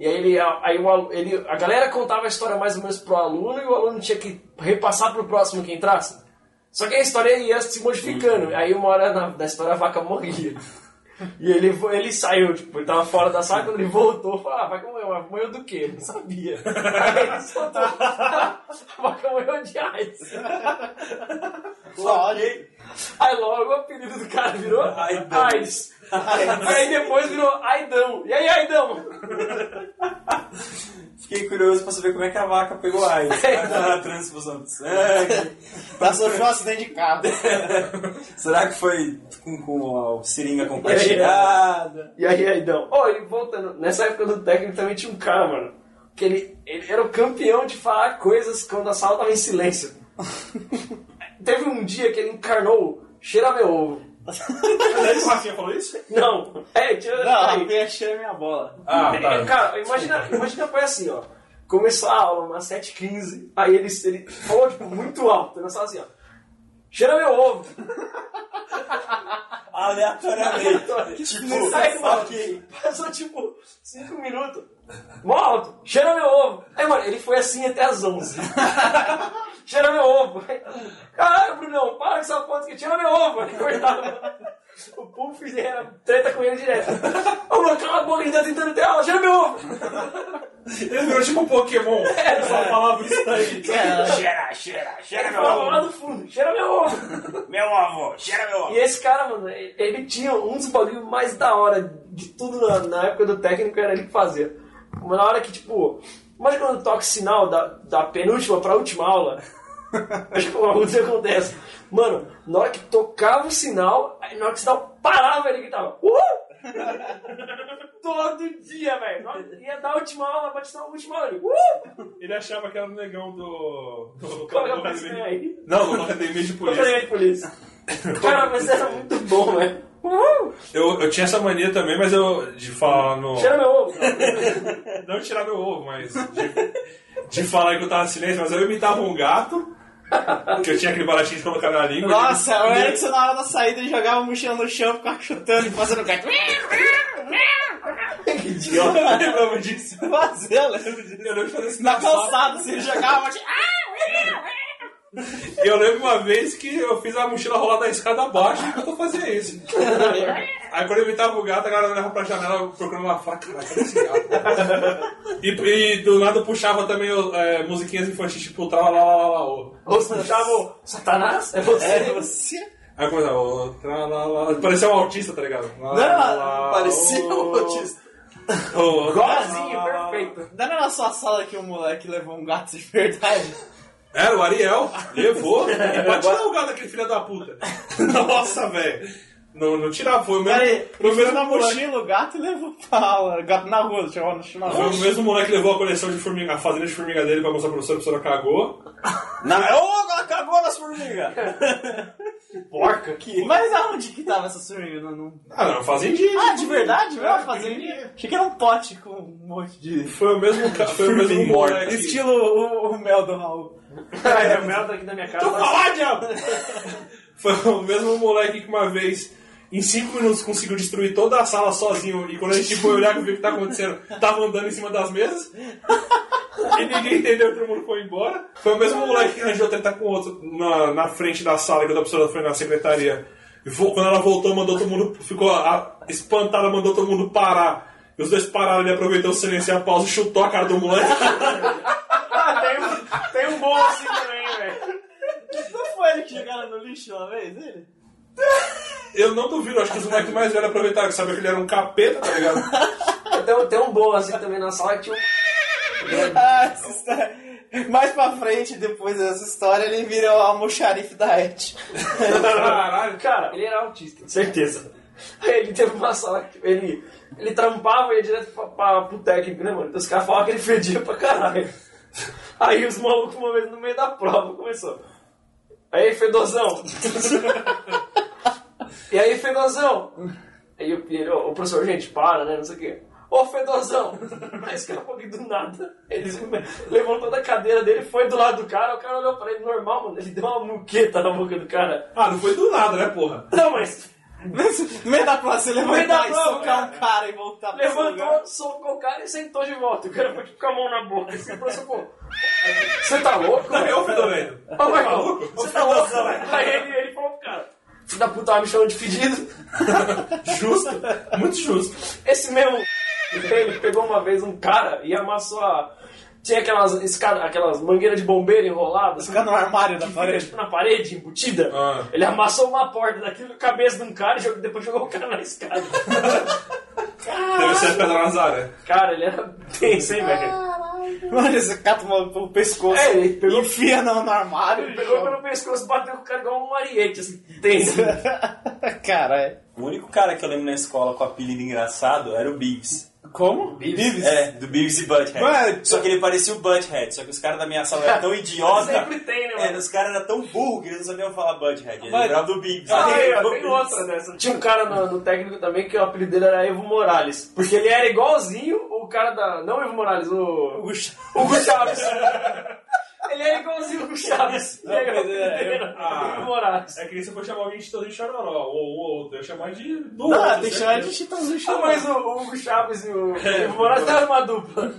S5: e aí, ele, aí o alu- ele, a galera contava a história mais ou menos pro aluno e o aluno tinha que repassar pro próximo que entrasse. Só que a história ia se modificando, aí uma hora na, da história a vaca morria. E ele, vo- ele saiu, tipo, ele tava fora da sala, quando ele voltou, falou, ah, vaca morreu, mas morreu do quê? Não sabia. (laughs) Aí ele soltou, (laughs) a vaca morreu de AIDS.
S1: Olha
S5: Aí logo o apelido do cara virou
S6: Aidão.
S5: Ais. Aí depois virou Aidão. E aí, Aidão?
S6: Fiquei curioso pra saber como é que a vaca pegou AIDS. a transfusão de sangue.
S1: Passou um acidente de carro.
S6: Será que foi com, com a seringa
S5: É.
S6: compartilhada?
S5: E aí, Aidão? Ô, e voltando, nessa época do técnico também tinha um cara, mano, que ele, ele era o campeão de falar coisas quando a sala tava em silêncio. (laughs) Teve um dia que ele encarnou Cheira Meu Ovo.
S2: é O Rafinha falou isso?
S5: Não, é, tira
S1: Não, a
S5: aí.
S1: rapinha cheira minha bola.
S2: Ah,
S5: É, Cara, imagina, imagina foi assim, ó. Começou a aula umas 7h15, aí ele, ele falou, tipo, muito alto. Ele só assim, ó. Cheira meu ovo.
S1: (laughs)
S6: Aleatoriamente.
S5: Não
S6: tipo,
S5: sai, mano.
S6: ok.
S5: Passou, tipo, 5 minutos. Mó alto. Cheira meu ovo. Aí, mano, ele foi assim até as 11. cheira meu ovo. Aí, Caralho, Brunão, para com essa foto que cheira meu ovo. Aí, cortava. O Puff era treta com ele direto. Ô, mano, cala a boca, ele tá tentando ter aula. Cheira meu ovo.
S2: Ele virou tipo um Pokémon.
S5: É.
S2: Só falava isso daí.
S6: Cheira, cheira, cheira
S5: Ele
S6: meu
S5: falava lá
S6: ovo.
S5: do fundo. Cheira meu ovo.
S6: Meu ovo, cheira meu
S5: E
S6: ovo.
S5: esse cara, mano, ele tinha um dos bagulhos mais da hora de tudo na, na época do técnico era ele que fazia. Mas na hora que, tipo, imagina quando toca o sinal da, da penúltima pra última aula. (laughs) Acho que alguma coisa acontece. Mano, na hora que tocava o sinal, aí na hora que o sinal parava, ele gritava, uhul! (laughs) Todo dia, velho. Na hora que Ia dar a última aula, pra te a última aula, ele, "Uh!" uhul!
S2: Ele achava que era o negão do. do
S5: Coloca pra
S2: Academia.
S5: cima é aí.
S2: Não, do Academia de
S5: Eu
S2: Polícia.
S5: falei de polícia. Cara, mas era muito bom, né? "Uh!" velho. Uhul!
S2: Eu, eu tinha essa mania também, mas eu. de falar no.
S5: Cheira meu ovo.
S2: Não tirar meu ovo, mas. de- De, falar que eu tava em silêncio, mas eu imitava um gato. Que eu tinha aquele baratinho de colocar na língua.
S1: Nossa, o
S2: eu
S1: Erickson na hora da saída ele jogava a mochila no chão, ficava chutando e fazendo gato.
S5: Que idiota.
S1: Eu lembro (laughs) disso. Mas eu lembro disso.
S2: Eu lembro de fazer isso
S1: Na
S2: na sala.
S1: calçada, você jogava. mas-
S2: Eu lembro uma vez que eu fiz a mochila rolar da escada abaixo e eu fazia isso. Aí quando eu imitava o gato, a galera olhava pra janela procurando uma faca. Caralho, cadê esse gato? E, e do nada puxava também é, musiquinhas infantis, tipo, trava lá, lá, lá, lá, ô.
S5: Ou se chamam Satanás? É você?
S1: É você.
S2: Aí começava, ô, tra, lá, lá. Parecia um autista, tá ligado? Lá, lá, lá,
S6: Parecia
S2: ô,
S6: um autista.
S2: ô,
S5: Gozinho,
S2: lá, lá, lá.
S5: perfeito.
S1: Não era na sua sala que o moleque levou um gato de verdade?
S2: Era o Ariel, levou e bateu o gato daquele filho da puta. Nossa, velho. Não, não tirava, foi o mesmo.
S1: Pera aí,
S2: foi o
S1: ele
S2: mesmo
S1: tirou na
S2: moleque.
S1: mochila o gato e levou pra aula. O gato na rua, chegou no chão na
S2: Foi
S1: rua.
S2: o mesmo moleque que levou a coleção de formiga, a fazenda de formiga dele pra mostrar pra professora, a professora cagou.
S6: Na... Ô, ela cagou nas formigas.
S5: (laughs) Porca que.
S1: Mas aonde que tava essa formiga? Não, não.
S2: Ah, não, fazendinha.
S1: Ah, de verdade? Não,
S2: Ah,
S1: fazia. Achei que era um pote com um monte de.
S2: Foi o mesmo, ca- foi o mesmo
S6: Formiga morta.
S2: moleque.
S1: Estilo o, o mel do Raul.
S5: É, o mel tá aqui da minha casa.
S2: Tô falando, diabo! (laughs) Foi o mesmo moleque que uma vez, em 5 minutos, conseguiu destruir toda a sala sozinho. E quando a gente foi olhar pra ver o que tá acontecendo, tava andando em cima das mesas. E ninguém entendeu, todo mundo foi embora. Foi o mesmo moleque que arranjou tentar com o outro na, na frente da sala, quando a pessoa foi na secretaria. E vo- quando ela voltou, mandou todo mundo. Ficou a- espantada, mandou todo mundo parar. E os dois pararam, ele aproveitou o silêncio e a pausa, chutou a cara do moleque. (laughs)
S5: Ah, tem, um- tem um bom assim também, velho.
S1: Não foi ele que jogaram no lixo uma vez, ele?
S2: Eu não duvido, acho que os moleques mais velhos aproveitaram, que sabiam que ele era um capeta, tá ligado?
S5: Tem, um- tem um bom assim também na sala que tinha um.
S1: Ah, essa história. Mais pra frente, depois dessa história, ele vira o almoxarife da Et.
S2: Caralho.
S5: Cara, ele era autista, certeza. Aí ele teve uma sala que ele, ele trampava e ia direto pra, pra, pro técnico, né, mano? Então os caras falavam que ele fedia pra caralho. Aí os malucos, uma vez no meio da prova, começou. Aí, (laughs) fedozão. e aí, fedozão. Aí o Pierre, ô, ô, professor, gente, para, né, não sei o quê. Ô, fedozão. Aí esse cara pouquinho do nada, ele levantou da cadeira dele, foi do lado do cara, o cara olhou pra ele normal, mano. Ele deu uma muqueta na boca do cara.
S2: Ah, não foi do nada, né, porra?
S5: Não, mas
S1: No meio da prova, você
S5: meio da
S1: levantar e
S5: prova,
S1: socar
S5: cara.
S1: um cara e voltar pro seu lugar.
S5: levantou, socou o cara e sentou de volta. O cara foi tipo com a mão na boca. Assim, o professor, pô, você tá louco?
S2: Não, eu fui doendo.
S5: Ô, Marcão, você tá louco? Aí ele, ele falou pro cara, filho da puta, tava me chamando de fedido.
S2: Justo. Muito justo.
S5: Esse mesmo ele pegou uma vez um cara e amassou a... Tinha aquelas, escada, aquelas mangueiras de bombeiro enroladas.
S1: Fica no armário da
S5: Fica,
S1: parede.
S5: tipo, na parede, embutida.
S2: Ah.
S5: Ele amassou uma porta daquilo na cabeça de um cara e jogou- depois jogou o cara na escada.
S2: Deve ser Pedro Nazaré.
S5: cara, ele era tenso, hein, velho?
S1: Mano, você cata uma- pelo pescoço,
S5: É, ele pegou-
S1: enfia no, no armário.
S5: Ele pegou pelo pescoço, bateu com o cara igual um ariete, assim, (laughs) tenso.
S1: (laughs) Caralho.
S6: O único cara que eu lembro na escola com apelido engraçado era o Beavis.
S1: Como? Bibis?
S6: É, do Beavis e Butthead.
S1: Mano,
S6: só que ele parecia o Butthead, só que os caras da minha sala
S5: (laughs)
S6: eram tão idiota.
S5: Sempre tem, né, mano?
S6: É, os caras eram tão burros que eles não sabiam falar Butthead. Ele
S1: Mano.
S6: lembrava do Beavis.
S5: Ah,
S6: Ele
S5: tem,
S6: lembrava
S5: tem
S6: do
S5: outra
S6: Beavis.
S5: dessa. Tinha um cara no, no técnico também que o apelido dele era Evo Morales. Porque ele era igualzinho o cara da. Não Evo Morales, o. Hugo, (laughs) Chaves. ele era igualzinho o Hugo Chaves.
S2: Não,
S5: E aí, o
S2: mas
S5: apelido
S2: é,
S5: dele
S2: eu-
S5: era
S2: ah.
S5: Evo Morales.
S2: É que nem se eu for chamar alguém de Torre Chororó, ou ou outro, eu chamar de. Do
S1: Não,
S2: outro,
S1: tem
S2: né?
S1: que chamar Ah,
S2: (laughs)
S1: de Chitãozinho
S5: Ah,
S1: Chororó.
S5: mas o, o Hugo Chaves e o (laughs) Evo Morales eram uma dupla.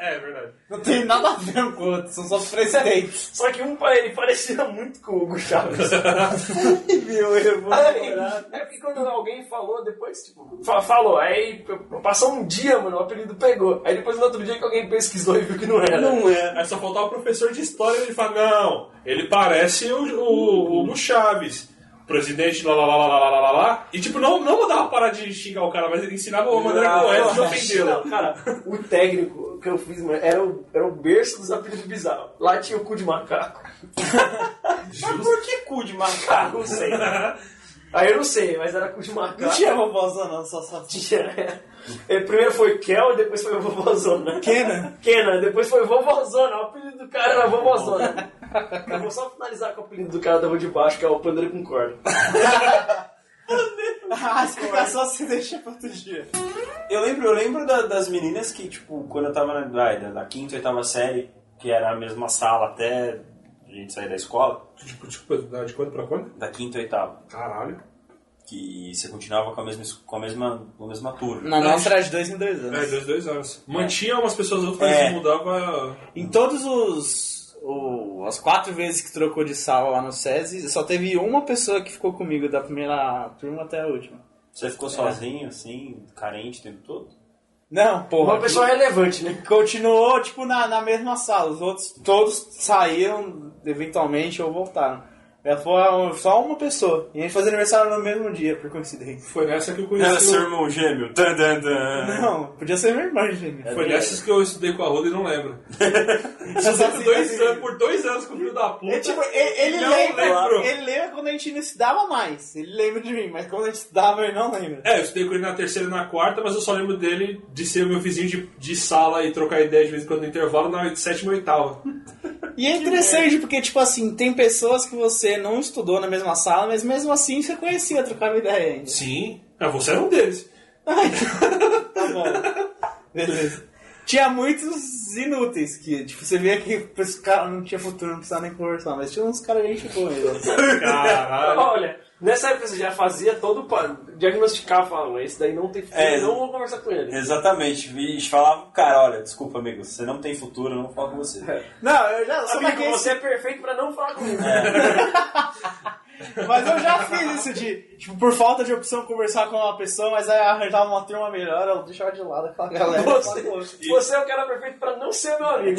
S2: é verdade.
S1: Não tem nada a ver um com o outro, são só (laughs) presidentes.
S5: Só que um ele parecia muito com o Hugo Chaves.
S1: Meu irmão.
S5: Aí, é porque quando alguém falou, depois, tipo, fa- falou, aí p- passou um dia, mano, o apelido pegou. Aí depois no outro dia que alguém pesquisou e viu que não era.
S1: Não é.
S2: Aí só faltava o professor de história e ele fala: não, ele parece o, o, o Hugo Chaves. Presidente, lá, lá, lá, lá, lá, lá, lá, lá. E tipo, não, não dava parar de xingar o cara, mas ele ensinava uma maneira
S6: Ah,
S2: correta de
S6: não,
S2: ofendê-lo.
S5: Não, cara, o técnico que eu fiz, mano, era o, era o berço dos apelidos bizarros. Lá tinha o cu de macaco.
S6: Mas por
S1: É
S6: que cu de
S5: Ah,
S6: macaco?
S5: não sei. Aí eu não sei, mas era cu de macaco.
S1: Não tinha vovózão não, (laughs) só só tinha.
S5: Tinha, é. É, Primeiro foi Kel, depois foi Vovozona.
S1: Kena.
S5: Kena, depois foi Vovozona. O apelido do cara era Vovozona. Eu vou só finalizar com o apelido do cara da rua de baixo, que é o Pandeiro com corda.
S1: A explicação se deixa pra outro dia.
S6: Eu lembro, eu lembro da- das meninas que, tipo, quando eu tava na, vai, da, da quinta, oitava série, que era a mesma sala até a gente sair da escola,
S2: Tipo, tipo, de quando pra quando?
S6: da quinta e oitava,
S2: Caralho.
S6: que você continuava com a mesma, es- com a mesma, com a mesma turma.
S1: Na nossa era de dois em dois
S2: É,
S1: anos.
S2: dois, dois anos. Mantinha umas pessoas outras, mas
S6: É.
S2: mudava.
S1: Em todos os. o- as quatro vezes que trocou de sala lá no SESI, só teve uma pessoa que ficou comigo da primeira turma até a última.
S6: Você
S1: É.
S6: ficou sozinho, assim, carente o tempo todo?
S1: Não, porra.
S5: Uma pessoa relevante, né?
S1: Continuou, tipo, na, na mesma sala. Os outros todos saíram, eventualmente, ou voltaram. Ela foi a- um, só uma pessoa. E a gente fazia aniversário no mesmo dia, por coincidência.
S2: Foi nessa que eu
S6: Era
S2: conheci.
S6: É, seu
S2: o-
S6: irmão gêmeo. Dan, dan, dan.
S1: Não, podia ser minha irmã, gente.
S2: Foi nessas que eu estudei com a Roda e não lembro. Por dois anos, por dois anos com o filho da puta.
S1: Assim, É, tipo, ele, ele
S2: Não
S1: lembra,
S2: lembro.
S1: ele lembra quando a gente não estudava mais. Ele lembra de mim, mas quando a gente estudava, ele não lembra.
S2: É, eu estudei com ele na terceira e na quarta, mas eu só lembro dele de ser o meu vizinho de, de sala e trocar ideia de vez em quando no intervalo na sétima e oitava.
S1: E é interessante porque, tipo assim, tem pessoas que você não estudou na mesma sala, mas mesmo assim você conhecia, trocava ideia ainda.
S2: Sim. Ah, você era um deles.
S1: Ai, tá
S5: (laughs)
S1: bom. Beleza. Tinha muitos inúteis que, tipo, você via que esse cara não tinha futuro, não precisava nem conversar, mas tinha uns caras gente boa mesmo.
S2: Caralho.
S5: Olha, nessa época você já fazia todo o pa- diagnosticar, falava, esse daí não tem filho,
S6: É.
S5: não vou conversar com ele.
S6: Exatamente. E falava pro cara, olha, desculpa, amigo, você não tem futuro, eu não vou falar com você.
S1: Não, eu já sou
S5: Amigo,
S1: daqueles.
S5: você é perfeito pra não falar comigo.
S1: É, Mas eu já fiz isso de, tipo, por falta de opção conversar com uma pessoa, mas aí arranjava uma turma melhor, eu deixava de lado aquela galera.
S5: Você, você é o cara perfeito pra não ser meu amigo.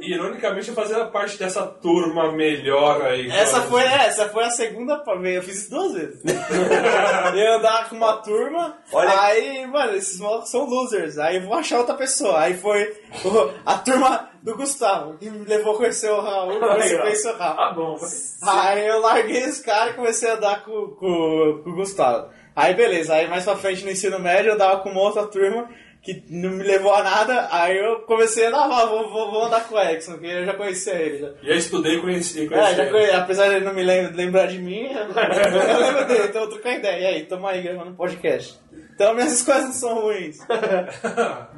S2: E, Ironicamente, eu fazia parte dessa turma melhor aí.
S1: Essa
S2: cara.
S1: foi, é, essa foi a segunda pra ver. Eu fiz isso duas vezes. eu andava com uma turma,
S6: Olha-
S1: aí, mano, esses malucos são losers. Aí eu vou achar outra pessoa. Aí foi o- a turma do Gustavo, que me levou a conhecer o Raul, depois eu conheci o Rafa.
S5: Tá
S1: (laughs)
S5: bom.
S1: É, Aí eu larguei esse cara e comecei a dar com, com, com o Gustavo. Aí beleza, aí mais pra frente no ensino médio eu dava com uma outra turma que não me levou a nada, aí eu comecei a dar, "Ah, vou, vou, vou andar com o Exxon, que eu já conhecia ele. Já.
S2: Já estudei e conheci.
S1: É,
S2: conheci
S1: já
S2: ele.
S1: conhe- apesar de ele não me lem- lembrar de mim, (laughs) eu lembro dele, então eu troco a ideia. E aí, tamo aí gravando um podcast. Então minhas escolas não são
S6: (laughs)
S1: ruins.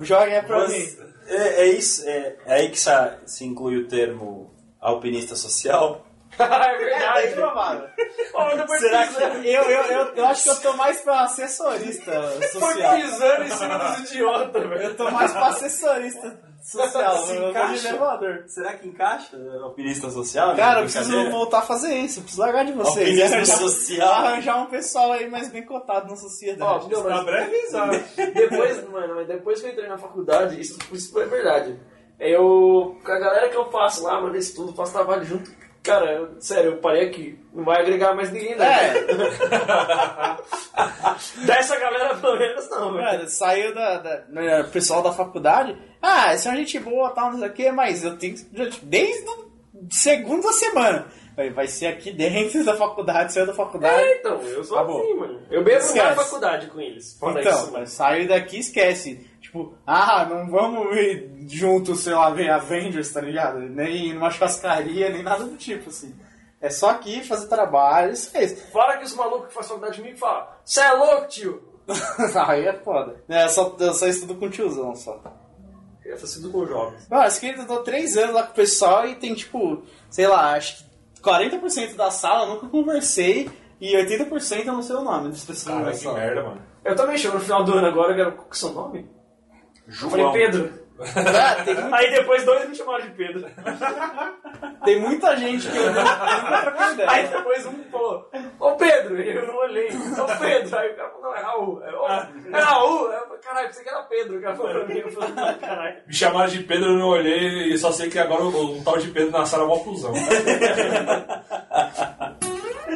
S1: Joguem é pra
S6: Mas
S1: mim.
S6: é, é isso, é, é aí que sa- se inclui o termo alpinista social.
S5: é
S1: É, bem
S5: verdade.
S1: provável.
S5: Ó, depois
S1: Será
S5: disso,
S1: que eu, eu, eu, eu acho que eu tô mais pra assessorista social.
S5: Foi pisando em cima dos idiotas, velho.
S1: Eu tô mais pra assessorista social,
S6: Se
S1: eu tô de
S6: encaixa.
S1: elevador.
S6: Será que encaixa é, alpinista social?
S1: Cara, eu
S6: né?
S1: preciso
S6: Brincadeira.
S1: voltar a fazer isso, eu preciso largar de vocês.
S6: Alpinismo
S1: E arranjar-
S6: social.
S1: Arranjar um pessoal aí mais bem cotado na sociedade.
S5: Ó, não,
S2: Tá
S5: mas
S2: breve, exato.
S5: né? (laughs) depois, mano, mas depois que eu entrei na faculdade, isso, isso é verdade. Eu, com a galera que eu faço lá, mano, estudo, faço trabalho junto, cara, eu- sério, eu parei aqui. Não vai agregar mais ninguém,
S1: É.
S5: né? (laughs) Dessa galera, pelo menos, não, velho.
S1: Mano, saiu da, da- né, o pessoal da faculdade. Ah, eles são gente boa, tal, não sei o quê, mas eu tenho que. Desde a segunda semana. Vai- Vai ser aqui dentro da faculdade, saiu da faculdade.
S5: É, então, eu sou
S1: Tá bom.
S5: assim, mano. Eu bebo na
S1: Esquece.
S5: faculdade com eles. Fora
S1: Então,
S5: isso, né? mano.
S1: mas saiu daqui esquece. Tipo, ah, não vamos ir junto, sei lá, ver Avengers, tá ligado? Nem numa churrascaria, nem nada do tipo, assim. É só aqui fazer trabalho, isso é isso. (laughs)
S5: Fora que os malucos que fazem faculdade comigo falam, cê é louco, tio!
S1: Aí é foda. É, só, eu só estudo com tiozão só.
S5: Eu faço tudo com jovens.
S1: Mano, esse querido, eu tô três anos lá com o pessoal e tem, tipo, sei lá, acho que 40% da sala eu nunca conversei e 80% eu não sei é o nome das pessoas
S2: Cara,
S1: da
S2: que
S1: sala.
S2: merda, mano.
S5: Eu também chego no final do ano agora, eu quero, qual que é o seu nome? Eu falei,
S6: João.
S5: Pedro.
S1: Ah, tem,
S5: Aí depois dois me chamaram de Pedro.
S1: tem muita gente que eu nunca, eu nunca troquei ideia.
S5: Aí depois um falou, ô Pedro, e eu não olhei, ô Pedro. Aí o cara falou, não, é Raul. Aí eu, "Ô, É Raul? Aí eu falei, caralho, pensei que era Pedro. O cara falou pra mim, eu falei, "Não, caralho.
S2: Me chamaram de Pedro, eu não olhei e só sei que agora o, o tal de Pedro na sala é uma fusão.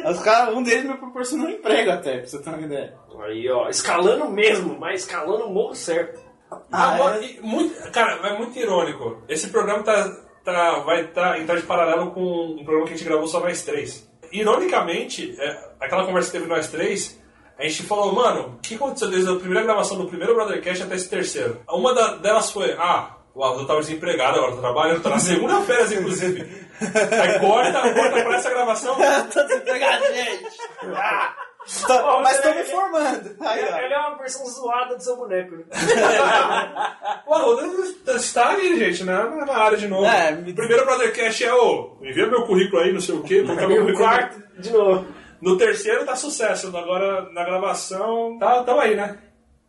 S1: Os caras, um deles me proporcionou um emprego até, pra você ter uma ideia.
S5: Aí, ó, escalando mesmo, mas escalando o morro certo.
S2: Agora, e muito- cara, é muito irônico. Esse programa tá, tá- vai tá, entrar de paralelo com um programa que a gente gravou só nós três. Ironicamente, é, aquela conversa que teve nós três, a gente falou, mano, o que aconteceu desde a primeira gravação do primeiro Brothercast até esse terceiro? Uma da- delas foi, ah, o Arthur tava desempregado, agora tá trabalhando, tá na (laughs) segunda-feira, inclusive. Aí corta, corta pra essa gravação.
S1: Tô desempregado, gente! Ah, tô-
S5: Ó,
S1: mas tô
S5: peraí.
S1: me formando. Aí,
S5: Ele
S1: ó.
S5: ele é uma versão zoada do seu boneco, né?
S2: O Arruda está tá, ali, gente, na, na- na área de novo.
S1: É, me-
S2: O primeiro Brothercast é o envia meu currículo aí, não sei o quê, colocar
S5: E
S2: meu
S5: o
S2: currículo.
S5: quarto, de novo.
S2: No terceiro dá sucesso, agora na gravação. Tá, tamo aí, né?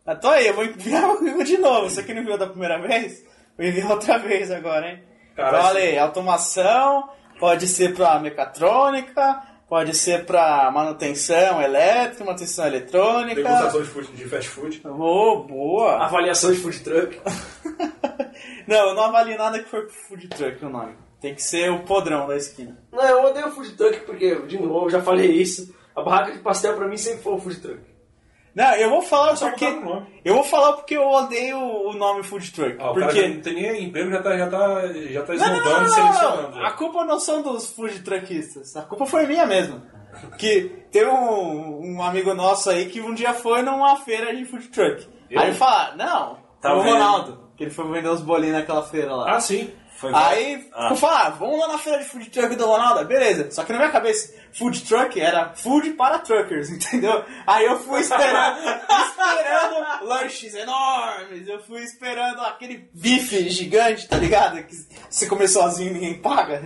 S1: Ah, tô aí, eu vou enviar o currículo de novo. Você que não viu da primeira vez? Vou enviar outra vez agora, hein?
S2: Cara, assim-
S1: então, olha aí, automação, pode ser pra mecatrônica, pode ser pra manutenção elétrica, manutenção eletrônica.
S2: Degustação de, food- de fast food.
S1: Oh, boa! (laughs)
S5: Avaliação de food truck.
S1: Não, eu não avalio nada que for food truck o nome. Tem que ser o podrão da esquina.
S5: Não, eu odeio food truck porque, de novo, eu já falei isso. A barraca de pastel pra mim sempre foi o food truck.
S1: Não, eu vou falar
S2: Só
S1: porque.
S2: mudar o nome.
S1: Eu vou falar porque eu odeio o nome food truck.
S2: Ah, o cara já
S1: porque.
S2: não tem nem emprego, já tá, já tá, já tá
S1: Não, não, não,
S2: esnobando,
S1: não,
S2: selecionando.
S1: não. A culpa não são dos food truckistas. A culpa foi minha mesmo. Que teve um, um amigo nosso aí que um dia foi numa feira de food truck. Aí ele fala, não,
S6: Tá
S1: foi o
S6: vendo?
S1: Ronaldo. Que ele foi vender os bolinhos naquela feira lá.
S2: Ah, sim.
S6: Foi
S1: Aí
S6: Ah.
S1: eu falava, ah, vamos lá na feira de food truck do Ronaldo, beleza. Só que na minha cabeça, food truck era food para truckers, (laughs) entendeu? Aí eu fui esperando, esperando lanches enormes, eu fui esperando aquele bife gigante, tá ligado? Que você comer sozinho e ninguém paga.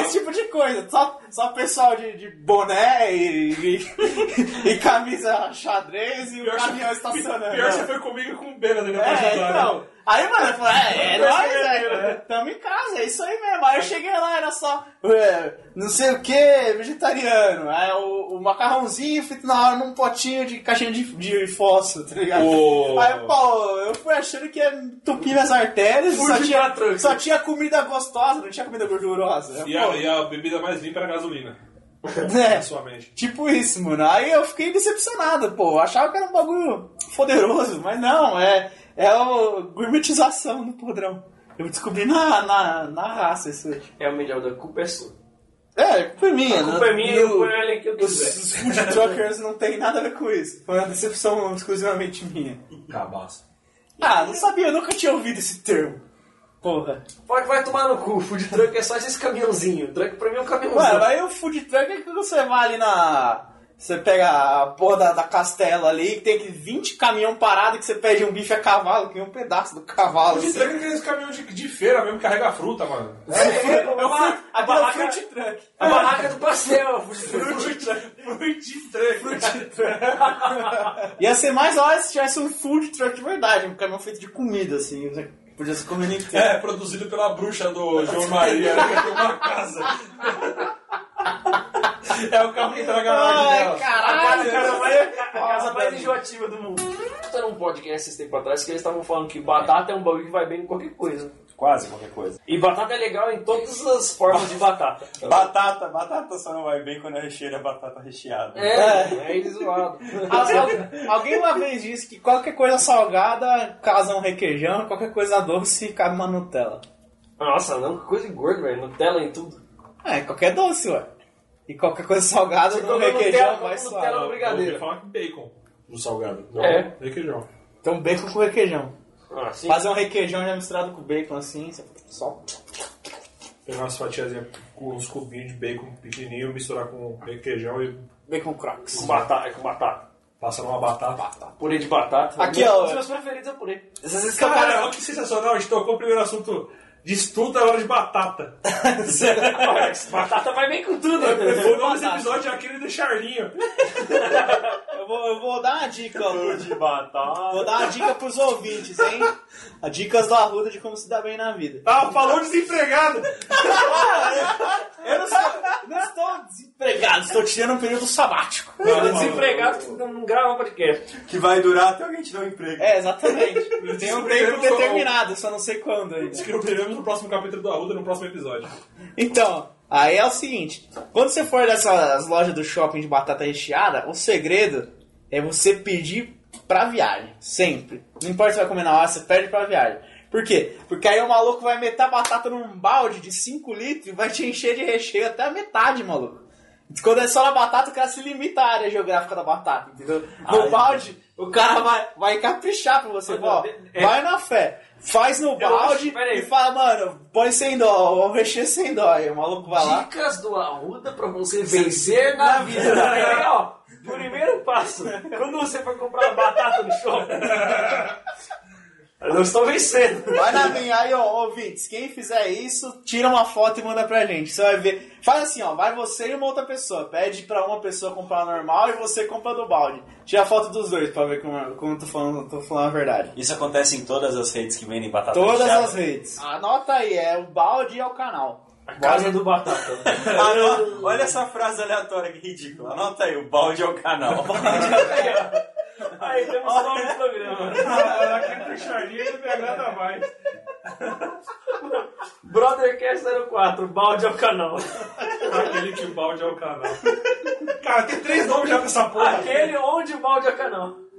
S1: Esse tipo de coisa, só, só pessoal de, de boné e, e- (laughs) e camisa xadrez e o caminhão estacionando.
S2: Pior você foi comigo e com o Bena dele pra
S1: É,
S2: ajudar. né?
S1: então. Aí, mano, eu falei, é, é nóis, é, tamo em casa, é isso aí mesmo. Aí eu cheguei lá, era só, é, não sei o que, vegetariano. Aí o, o macarrãozinho feito na hora num potinho de caixinha de, de fósforo, tá ligado?
S2: Ô.
S1: Aí, pô, eu fui achando que ia entupir minhas artérias, só
S5: Fugiu pra
S1: tinha,
S5: truque.
S1: só tinha comida gostosa, não tinha comida gordurosa.
S2: E a, e a bebida mais limpa era a gasolina,
S1: Pô, né?
S2: na sua mente.
S1: Tipo isso, mano. Aí eu fiquei decepcionado, pô. Eu achava que era um bagulho poderoso, mas não, é, é a gourmetização do podrão. Eu descobri na, na, na raça isso.
S5: É o melhor da culpa é sua.
S1: É, culpa é minha.
S5: A culpa é minha, eu ponho ela que eu
S1: Os
S5: quiser.
S1: os food truckers não tem nada a ver com isso. Foi uma decepção exclusivamente minha.
S2: Cabaço.
S1: Ah, não sabia, eu nunca tinha ouvido esse termo. Porra.
S5: Pode, vai tomar no cu, food truck é só esses caminhãozinhos. Truck pra mim é um caminhãozinho.
S1: Ué, vai o food truck é que você vai ali na. Você pega a porra da, da castela ali, que tem que 20 caminhão parado que você pede um bife a cavalo, que é um pedaço do cavalo.
S2: Food
S1: assim.
S2: truck é aqueles caminhões de, de feira mesmo, que carrega fruta, mano.
S5: É,
S1: É o
S5: barra-
S1: food-
S5: a
S1: aquele é o
S5: barraca-
S1: food truck.
S5: A barraca do pastel, food truck.
S2: Food truck. Food truck.
S1: Ia ser mais hora se tivesse um food truck de verdade, um caminhão feito de comida, assim. você Podia ser comida inteira.
S2: É, produzido pela bruxa do (laughs) João Maria, né, que tem uma casa. (laughs) É o carro que entrega a água
S1: Ai,
S2: dela.
S5: Cara,
S1: caralho, cara,
S5: mas- a casa
S1: foda,
S5: mais
S1: velho.
S5: enjoativa do mundo. Era um podcast esses tempo atrás que eles estavam falando que batata é um bagulho que vai bem com qualquer coisa.
S6: Quase qualquer coisa.
S5: E batata é legal em todas as formas de batata.
S6: Batata, batata só não vai bem quando é recheio, é batata recheada.
S5: É, é zoado.
S1: Alguém- Alguém uma vez disse que qualquer coisa salgada casa um requeijão, qualquer coisa doce cabe uma Nutella.
S5: Nossa, não, que coisa gorda, velho. Nutella em tudo.
S1: É, qualquer doce, ué. E qualquer coisa salgada
S5: Você
S1: no
S5: come
S1: requeijão
S5: Nutella,
S1: vai
S5: come
S1: suave.
S5: Nutella. brigadeiro.
S2: Eu ouvi falar que bacon no salgado. Não,
S5: É.
S2: Requeijão.
S1: Então bacon com requeijão.
S5: Ah, sim.
S1: Fazer um requeijão já misturado com bacon assim, você só.
S2: Pegar umas fatiazinhas com uns cubinhos de bacon pequenininho, misturar com requeijão e
S1: Bacon cracks.
S5: Com batata, com batata.
S2: passar numa batata.
S5: Purê de batata.
S1: Aqui,
S5: Meu-
S1: ó.
S5: Os meus preferidos é purê. (laughs)
S1: Vocês
S2: Cara,
S1: escaparam.
S2: olha que sensacional. A gente tocou o primeiro assunto de estudo na hora de batata.
S5: batata vai bem com tudo.
S2: O nome desse
S1: batata.
S2: episódio é aquele do Charlinho.
S1: Eu vou, eu vou dar uma dica, ó. pro-
S6: De batata.
S1: Vou dar uma dica pros ouvintes, hein? A dicas da Arruda de como se dar bem na vida.
S2: Ah, falou desempregado.
S1: Eu não, sou, não estou desempregado, estou tirando um período sabático.
S5: Tô desempregado que não não grava podcast.
S6: Que vai durar até alguém te dar um emprego.
S1: É, exatamente. Tem um tempo
S2: Desempregado só-
S1: determinado, só não sei quando ainda.
S2: Escreveremos no próximo capítulo da Ruda, no próximo episódio.
S1: Então, aí é o seguinte: quando você for nessas lojas do shopping de batata recheada, o segredo é você pedir pra viagem, sempre. Não importa se vai comer na hora, você pede pra viagem. Por quê? Porque aí o maluco vai meter a batata num balde de 5 litros e vai te encher de recheio até a metade, maluco. Quando é só na batata, o cara se limita à área geográfica da batata, entendeu? No
S6: Ai,
S1: balde, o cara vai, vai caprichar pra você.
S5: Não,
S1: Ó,
S5: é-
S1: vai na fé. Faz no balde
S5: acho- peraí.
S1: e fala, mano, põe sem dó, o recheio sem dó. Aí o maluco vai Tá lá.
S5: Dicas do Arruda pra você vencer na vida. Aí, ó, primeiro passo, né? quando você for comprar batata no shopping, eu não estou vencendo.
S1: (laughs) Vai na minha, aí, ó, ouvintes, quem fizer isso, tira uma foto e manda pra gente. Você vai ver. Faz assim, ó, vai você e uma outra pessoa. Pede pra uma pessoa comprar normal e você compra do balde. Tira a foto dos dois pra ver como, como eu tô falando, tô falando a verdade.
S6: Isso acontece em todas as redes que vendem batata
S1: Todas
S6: recheada.
S1: as redes. Tá Anota aí, é o balde e é o canal.
S5: A casa do batata.
S6: Ano- Olha essa frase aleatória que ridícula. Anota aí, o balde é o
S1: (laughs)
S6: canal.
S5: Aí temos o nome do programa.
S2: Aquele do Charlinho não me agrada mais.
S5: Brothercast 04, balde ao canal.
S2: Aquele que o balde é o canal. Cara, tem três nomes já pra essa porra.
S5: Aquele onde o balde ao canal.